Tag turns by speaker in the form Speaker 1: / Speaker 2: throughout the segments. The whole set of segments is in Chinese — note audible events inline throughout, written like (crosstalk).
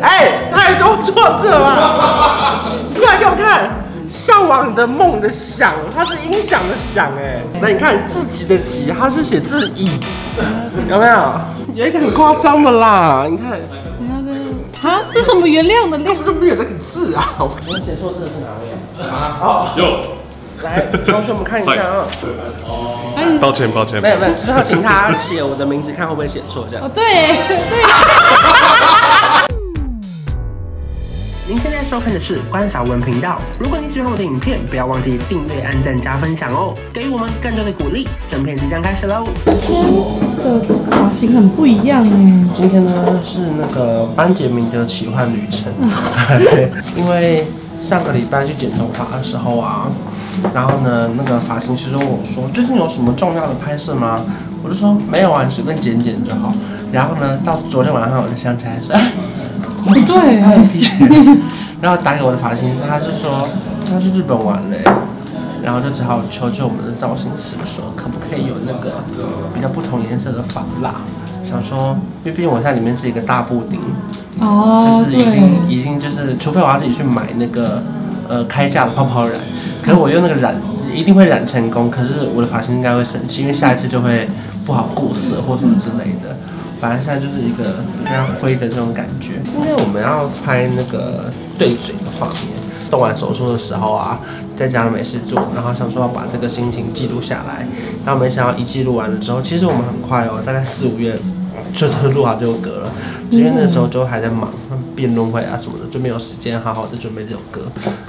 Speaker 1: 哎作者啊！你过来给我看，向往你的梦的想，它是音响的响哎。那你看自己的己，它是写自己，有没有？有一个很夸张的啦，你看，
Speaker 2: 等一下等一下啊，这什么原谅的量？
Speaker 1: 这不有那个字啊？我写错字是哪 (laughs) 位啊？哦，
Speaker 3: 有，
Speaker 1: 来，同学们看一下啊。
Speaker 2: 哎，你
Speaker 3: 抱歉抱歉
Speaker 1: 没，有没有，就是要请他写我的名字，看会不会写错这样
Speaker 2: 哦。对对，
Speaker 1: 您现在收看的是关少文频道。如果你喜欢我的影片，不要忘记订阅、按赞、加分享哦，给予我们更多的鼓励。整片即将开始喽！
Speaker 2: 的发型很不一样哎。
Speaker 1: 今天呢是那个班杰明的奇幻旅程，因为上个礼拜去剪头发的时候啊，然后呢那个发型师就问我说最近有什么重要的拍摄吗？我就说没有啊，你随便剪剪就好。然后呢到昨天晚上我就想起来说，哎，
Speaker 2: 不对
Speaker 1: 太
Speaker 2: 啊，
Speaker 1: 皮。然后打给我的发型师，他就说他去日本玩嘞，然后就只好求救我们的造型师说，可不可以有那个比较不同颜色的发蜡？想说，因为毕竟我在里面是一个大布丁，就
Speaker 2: 哦
Speaker 1: 是已经
Speaker 2: 对，
Speaker 1: 已经就是，除非我要自己去买那个呃开架的泡泡染，可是我用那个染一定会染成功，可是我的发型应该会生气，因为下一次就会不好过色或什么之类的。反正现在就是一个比较灰的这种感觉。今天我们要拍那个呃对嘴的画面，动完手术的时候啊，在家里没事做，然后想说要把这个心情记录下来，然后没想到一记录完了之后，其实我们很快哦，大概四五月就就录好这首歌了，因为那时候就还在忙辩论会啊什么的，就没有时间好好的准备这首歌。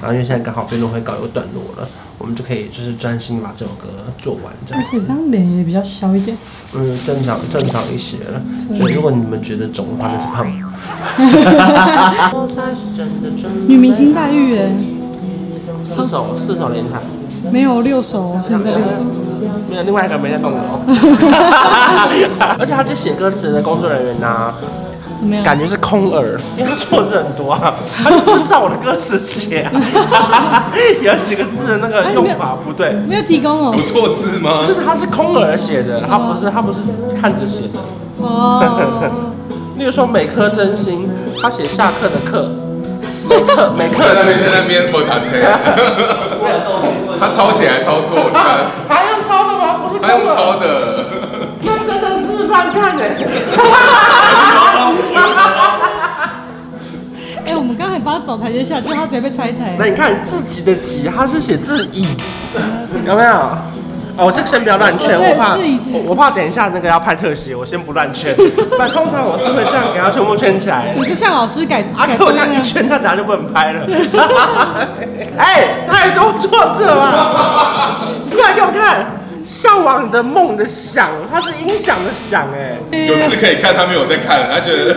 Speaker 1: 然后因为现在刚好辩论会告一个段落了，我们就可以就是专心把这首歌做完这样
Speaker 2: 而且
Speaker 1: 子
Speaker 2: (laughs) 这。样脸也比较小一点。
Speaker 1: 嗯，正常正常一些了。所以如果你们觉得肿的话，那是胖。哦
Speaker 2: 女明星黛玉哎，
Speaker 1: 四首四首连弹，
Speaker 2: 没有六手，现在六手。
Speaker 1: 没有另外一个没在动的哦。而且他这写歌词的工作人员啊呐、
Speaker 2: 怎么样？
Speaker 1: 感觉是空耳，因为他错字很多啊，他就不照我的歌词写、啊， (laughs) 有几个字的那个用法不对，
Speaker 2: 没有提供哦
Speaker 3: 有。错字吗
Speaker 1: 就？是他是空耳写的，他不是他不是看着写的。
Speaker 2: 哦，
Speaker 1: 例如说每颗真心，他写下课的课，每课
Speaker 2: (laughs)
Speaker 1: 每课
Speaker 3: 在那边在那边我打车， (laughs) 他抄起来抄错，你看，
Speaker 1: 还用抄的吗？不是空
Speaker 3: 他用
Speaker 1: 耳，
Speaker 3: 抄的，
Speaker 1: 那真的是乱看哎、
Speaker 2: 哎，我们刚才帮他找台阶下，就他直接被拆台
Speaker 1: 那。你看自己的己，他是写自己，有没有？哦，这个先不要乱劝，
Speaker 2: 对
Speaker 1: 我怕
Speaker 2: 自己
Speaker 1: 我我怕等一下那个要拍特写，我先不乱劝。那通常我是会这样给他全部圈起来。
Speaker 2: 你就像老师改
Speaker 1: 啊，
Speaker 2: 改
Speaker 1: 给我这样一
Speaker 2: 样
Speaker 1: 圈，他等下就不能拍
Speaker 3: (laughs)
Speaker 1: 了。哎、太多错字了吧？你过来给我看，向往你的梦的想，它是音响的响哎、
Speaker 3: 有字可以看，他没有在看，他觉得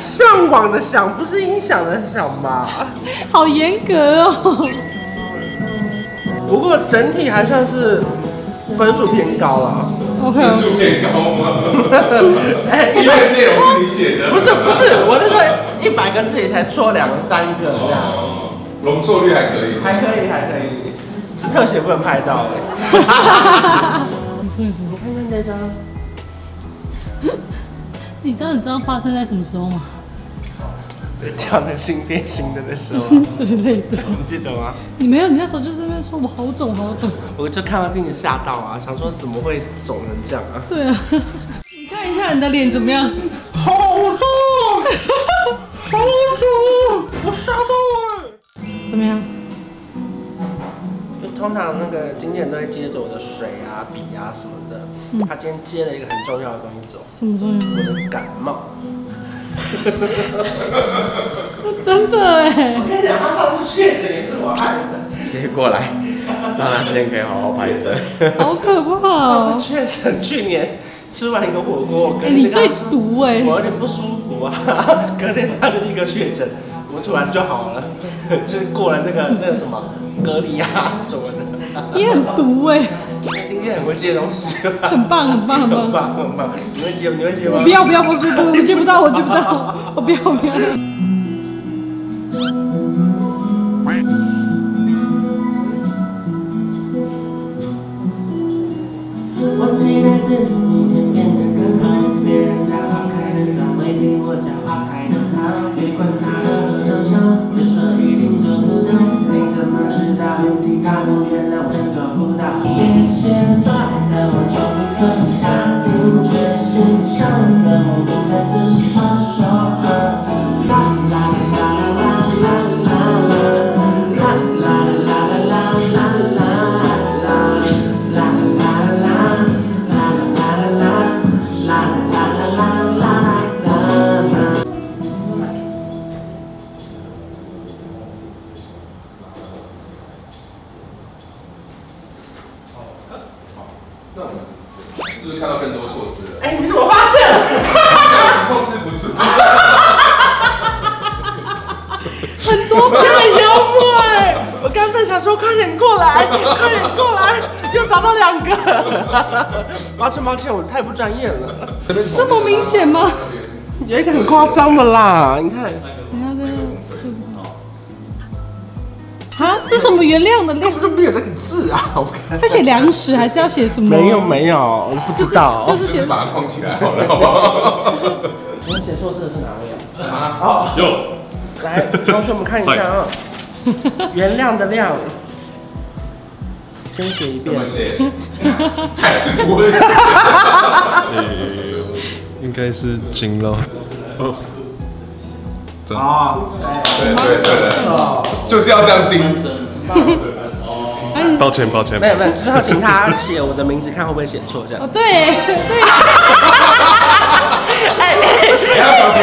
Speaker 1: 向往的想不是音响的想吧？
Speaker 2: 好严格哦。
Speaker 1: 不过整体还算是分数偏高了。
Speaker 3: (laughs) 分
Speaker 2: OK，
Speaker 3: 数变高吗？
Speaker 1: 哎、
Speaker 3: 因为内容是你写的，
Speaker 1: 不是不是，我是说一百个字也才错两三个这样，
Speaker 3: 哦，容错率还可以，
Speaker 1: 还可以还可以，这特写不能拍到哎、
Speaker 3: (laughs)
Speaker 2: 你知道你知道发生在什么时候吗？
Speaker 1: 跳的新电新的那时候、啊，
Speaker 2: 之类的。
Speaker 1: 你记得吗？
Speaker 2: 你没有，你那时候就在那边说我好肿好肿。 (laughs)
Speaker 1: 我就看到自己吓到啊，想说怎么会肿成这样啊？
Speaker 2: 对啊，你看一下你的脸怎么样？
Speaker 1: 好痛，好肿，我吓到了。
Speaker 2: 怎么样？
Speaker 1: 就通常那个经纪人都会接着我的水啊、笔啊什么的，他今天接了一个很重要的东西走，
Speaker 2: 什么东西？
Speaker 1: 我的感冒。
Speaker 2: (laughs) 真的哎，
Speaker 1: 跟你讲，他上次确诊也是我害的。
Speaker 4: 接过来，让他今天可以好好拍摄。
Speaker 2: 好可怕
Speaker 1: 上
Speaker 2: 哦
Speaker 1: 次！确诊， (laughs) 去年吃完一个火锅，我
Speaker 2: 哎，
Speaker 1: 跟
Speaker 2: 你
Speaker 1: 那个
Speaker 2: 最毒哎！
Speaker 1: 我有点不舒服啊， (laughs) 隔天他就立刻确诊，我突然就好了，就是过了那个那个什么隔离啊什么的。
Speaker 2: 你很毒哎、
Speaker 1: 今天很会接东西，啊
Speaker 2: 很棒很棒很棒
Speaker 1: (laughs) 很棒很棒，你会接你会接吗
Speaker 2: 我？不要不要，我不不，我接不到，我接不到， (laughs) 我不要我不要。
Speaker 5: 我期待自己明天变得更好，别人家花开的早，未必我家花开的好。别管它的合成香，
Speaker 1: 哎
Speaker 2: (laughs) 哎
Speaker 1: (laughs) 我刚正想说快点过来，快点过来，又找到两个。 (laughs) 抱歉抱歉，我太不专业了，
Speaker 2: 这么明显吗？
Speaker 1: 有一个很夸张的啦，你看，
Speaker 2: 等一下再啊，这什么原谅的量？
Speaker 1: 就没有这个字啊， (laughs) 我看
Speaker 2: 他写粮食还是要写什么？
Speaker 1: 没
Speaker 2: (laughs)
Speaker 1: 有没有，我不知道。
Speaker 2: 就是
Speaker 3: 哦就是把它框起来好了，好不
Speaker 1: 我们写错字的是哪位啊？
Speaker 3: 好？啊，
Speaker 1: 哦，
Speaker 6: 有，
Speaker 1: 来，同学们看一下啊，原谅的谅，先写一
Speaker 3: 怎
Speaker 1: 遍
Speaker 3: 么。写？还是不会写。
Speaker 6: 应该是金咯。
Speaker 1: 哦，
Speaker 3: 对对对对，
Speaker 1: 哦，
Speaker 3: 就是要这样盯。
Speaker 2: 哎
Speaker 6: 抱歉抱歉，
Speaker 1: 没有没有，就是要请他写我的名字，看会不会写错这样 (laughs)
Speaker 2: 哦，。对对，
Speaker 3: 你要小心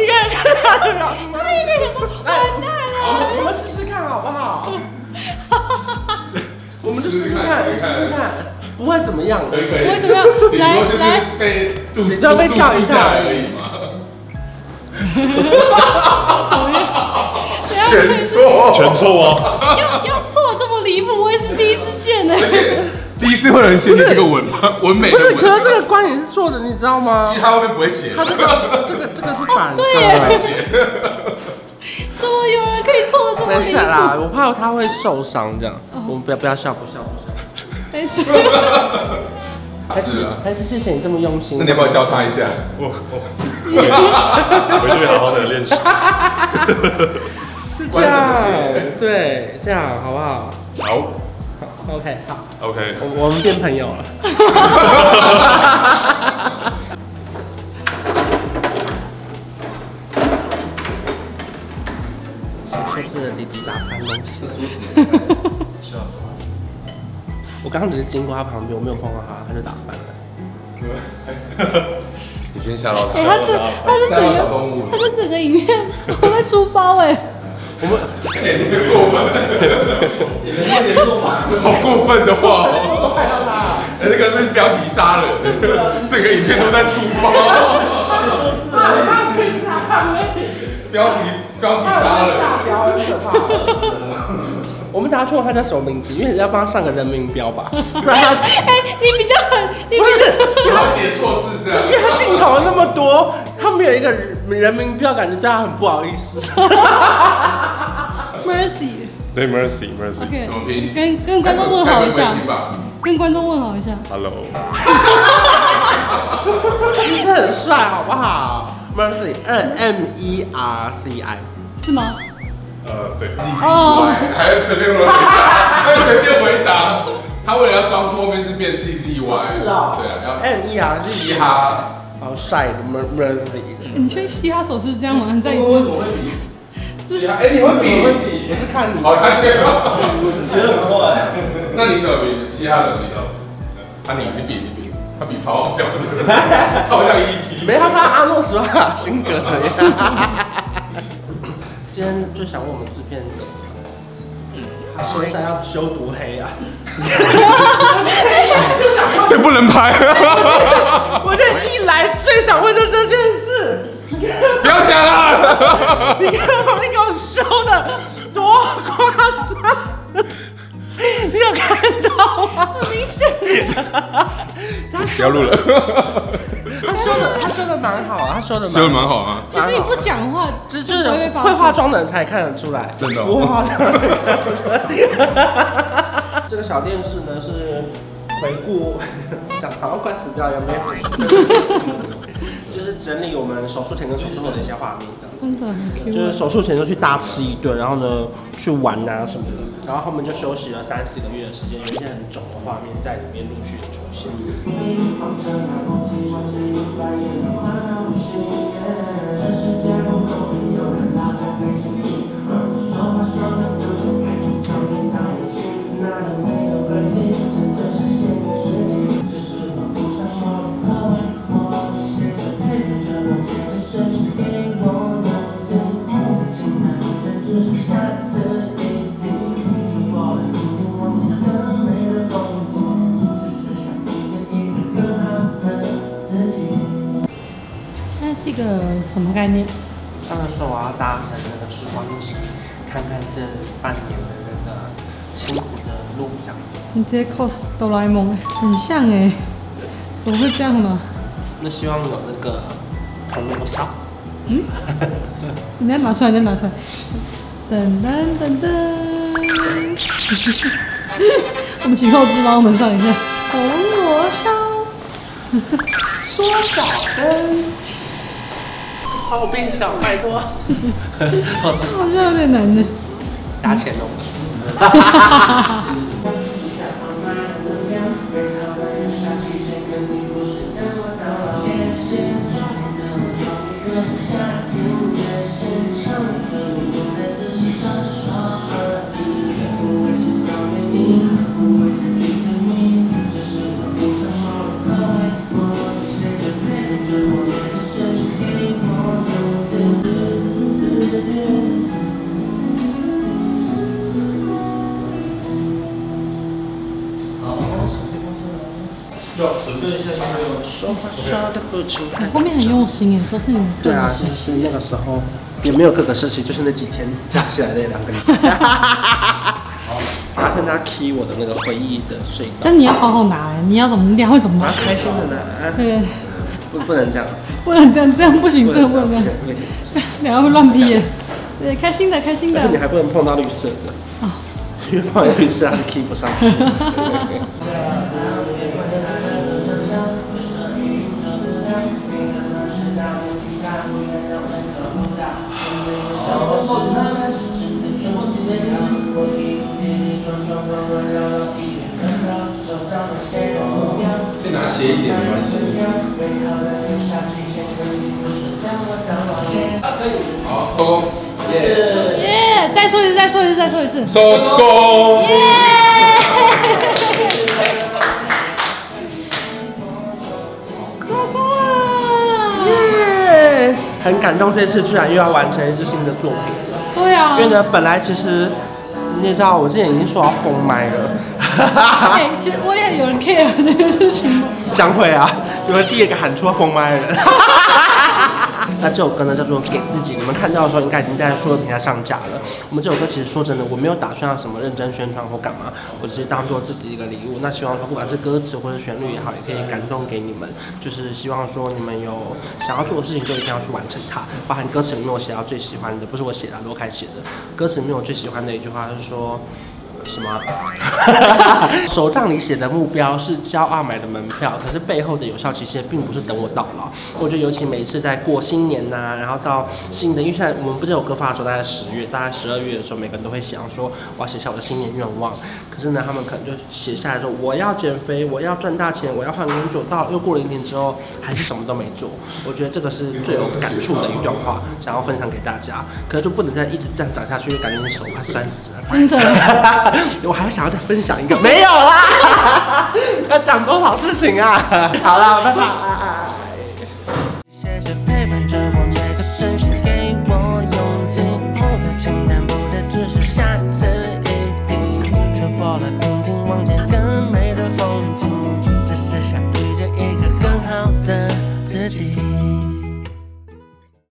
Speaker 1: 你
Speaker 3: 真
Speaker 1: 看看他的表情，他一个人完蛋了。
Speaker 2: 哎
Speaker 1: (laughs) 我们试试看好不 (laughs) 好？我们就试试看，试试看，哎不会怎么样的
Speaker 3: 可。以可以。
Speaker 2: 我会怎么样
Speaker 3: 顶
Speaker 2: 来
Speaker 3: 多就是
Speaker 2: 来
Speaker 3: 被肚
Speaker 1: 你都要被笑一下
Speaker 3: 而已嘛。
Speaker 6: 全错，全错啊！
Speaker 2: 要要错这么离谱，我也是第一次见呢。
Speaker 3: 而且第一次会有人先写这个文吗？文美的
Speaker 1: 不是，
Speaker 3: 文，
Speaker 1: 可是这个观点是错的，你知道吗
Speaker 3: 因为？他后面不会写。
Speaker 1: 他这
Speaker 3: (laughs)
Speaker 1: 个这个这个是反的。
Speaker 2: 对耶怎么有人可以错的这么
Speaker 1: 没
Speaker 2: 离
Speaker 1: 事
Speaker 2: 谱？
Speaker 1: 啦，我怕他会受伤这样。我们不要不要笑，不笑不笑。
Speaker 2: 没事，
Speaker 3: 他是啊，
Speaker 1: 还是谢谢你这么用心。
Speaker 3: 那你要不要教他一下？
Speaker 6: 我我回去好好的练习。
Speaker 1: 是
Speaker 3: 不
Speaker 1: 这
Speaker 3: 然
Speaker 1: 样
Speaker 3: 怎么写？
Speaker 1: 对，这样好不好
Speaker 6: 好
Speaker 1: 好？OK，好，
Speaker 6: ，OK，
Speaker 1: 我我们变朋友 (laughs) 了。写错字的弟弟打翻东西，
Speaker 6: 笑死！
Speaker 1: (laughs) 我刚刚只是经过他旁边，我没有碰到他，他就打翻了。
Speaker 3: 你今天吓到
Speaker 2: 哎、
Speaker 3: 他。
Speaker 2: 他这他是整个他是整个影院我会出包
Speaker 1: (laughs)
Speaker 2: 哎、
Speaker 3: 好过分的话哦！这个是标题杀人，整个影片都在出包。标题标题杀人，
Speaker 1: 标很可怕。 (laughs) 我们答错他叫什么名字？因为要帮他上个人名标吧， (laughs) 不然他
Speaker 2: 哎、你比较狠，你
Speaker 1: 不
Speaker 2: 比较
Speaker 1: 是，
Speaker 3: 然后写错字这
Speaker 1: 因为他
Speaker 3: 样。
Speaker 1: 镜头那么多，他没有一个人名标，感觉对他很不好意思。
Speaker 2: mercy
Speaker 6: 对，Mercy Mercy，Hello，
Speaker 2: OK，
Speaker 3: 怎么拼
Speaker 2: 跟跟观众问好一下
Speaker 3: 该不会会拼吧，
Speaker 2: 跟观众问好一下。
Speaker 1: 你是很帅，好不好？Mercy，嗯 M E R C I。
Speaker 2: 是吗？
Speaker 6: 呃，对，
Speaker 2: 哦，
Speaker 3: 还要随便回答，还要随便回答。他为了要装出后面是变 D D Y，
Speaker 1: 是啊
Speaker 3: 对啊，要
Speaker 1: ，M E R 是
Speaker 3: 嘻，哈。
Speaker 1: 好帅的 Mer- Mercy。
Speaker 3: 嗯
Speaker 2: 你确定嘻哈手势这样吗？
Speaker 3: 哎
Speaker 2: 你再一次。
Speaker 3: 么会比？嘻哈，哎，你会比？
Speaker 1: 我是看你，
Speaker 3: 好，他先吧。
Speaker 7: 学得不错哎，
Speaker 3: 那你怎么比嘻哈人比较？啊，你你比你比，他比超好笑的， (laughs) 超像 ET。
Speaker 1: 没他是阿诺施瓦辛格呀。今天就想问我们制片人，他身上要修多黑啊？
Speaker 6: 这不能拍，
Speaker 1: 我这一来最想问的这件事，
Speaker 3: 不要讲了。
Speaker 1: 你 (laughs) 看旁边给我修的多夸张，你有看到吗？明显，他
Speaker 3: 不要录了，
Speaker 1: 他修的他修的蛮好啊，他修的
Speaker 3: 修的蛮 (laughs) 好啊。
Speaker 2: 其实你不讲话，
Speaker 1: 只
Speaker 2: 就是不会被发
Speaker 1: 哎会
Speaker 2: 现
Speaker 1: 化。妆的人才看得出来，
Speaker 3: 真的哦
Speaker 1: 不会化妆的人看不出来。这个小电视呢是回顾， (laughs) 讲好像快死掉也没 (laughs) 有，就是整理我们手术前跟手术后的一些画面这样子。
Speaker 2: 真的很啊 Q
Speaker 1: 就是手术前就去大吃一顿，然后呢去玩啊什么的，然后后面就休息了三四个月的时间，有一些很肿的画面在里面陆续的出现。
Speaker 5: 下次一定不忘了，不忘了更美的风景，只是想遇见一个更好的自己。
Speaker 2: 现在是一个什么概念？
Speaker 1: 他们说我要啊搭乘那个时光机，看看这半年的那个辛苦的路这样子。
Speaker 2: 你直接 cos 哆啦 A 梦，很像哎，怎么会这样呢？
Speaker 1: 那希望有那个铜锣烧，
Speaker 2: 你再拿出来，你再拿出来。噔噔噔 (laughs) 噔，我们请后置帮我们上一下。铜锣烧，
Speaker 1: 缩小灯，好变小，拜托。好这
Speaker 2: 好像有点难呢。
Speaker 1: 加钱哦。说话说的不清
Speaker 2: 你后面很用心哎，都是你们
Speaker 1: 对啊，就是那个时候也没有各个事情，就是那几天加起来那两个礼拜，发现他 key 我的那个回忆的隧道，
Speaker 2: 但你要好好拿哎，你要怎么量会怎么
Speaker 1: 我要
Speaker 2: 拿？
Speaker 1: 开心的呢，
Speaker 2: 对，
Speaker 1: 不不能这样，
Speaker 2: 不能这样，这样不行，
Speaker 1: 不
Speaker 2: 这样
Speaker 1: 能
Speaker 2: 不
Speaker 1: 这样
Speaker 2: 能
Speaker 1: 不能这，样，不
Speaker 2: 这样
Speaker 1: 能
Speaker 2: (laughs) 等下会乱逼耶。对，开心的，开心
Speaker 1: 而且啊哎你还
Speaker 2: 的。
Speaker 1: 不能碰到绿色的，因为碰到绿色它就 key 不上去。对
Speaker 5: 嗯先拿斜一点没关系。好，收工，耶，
Speaker 2: 耶！再说一次，再说一次，再说一次。
Speaker 5: 收工。
Speaker 1: 耶，很感动，这次居然又要完成一支新的作品了。
Speaker 2: 对啊
Speaker 1: 因，为呢，本来其实你也知道，我之前已经说要封麦了，
Speaker 2: 哎，其实我也有人 care 这件事情。
Speaker 1: 将会啊，因为第二个喊出要封麦的人。 (laughs) 那这首歌呢叫做《给自己》，你们看到的时候应该已经在所有平台上架了。我们这首歌其实说真的，我没有打算要什么认真宣传或干嘛，我只是当做自己一个礼物。那希望说不管是歌词或者旋律也好，也可以感动给你们。就是希望说你们有想要做的事情就一定要去完成它，包含歌词里面我写到最喜欢的，不是我写的，罗凯写的。歌词里面我最喜欢的一句话是说。什么？啊 (laughs) 手账里写的目标是骄傲买的门票，可是背后的有效期限并不是等我到老。我觉得尤其每一次在过新年呐、然后到新的，因为现在我们不是有歌发的时候，大概十月，大概十二月的时候，每个人都会想说我要写下我的新年愿望。可是呢，他们可能就写下来说我要减肥，我要赚大钱，我要换工作。到又过了一年之后，还是什么都没做。我觉得这个是最有感触的一段话，想要分享给大家。可是就不能再一直这样讲下去，感觉你手快酸死了。
Speaker 2: 真的
Speaker 1: (laughs) 我还想要再分享一个，没有啦， (laughs) 要讲多少事情啊？好了，拜拜。
Speaker 8: 谢谢陪伴着我这个城市，给我勇气。目标清单不的只是下次一定突破了瓶颈，往前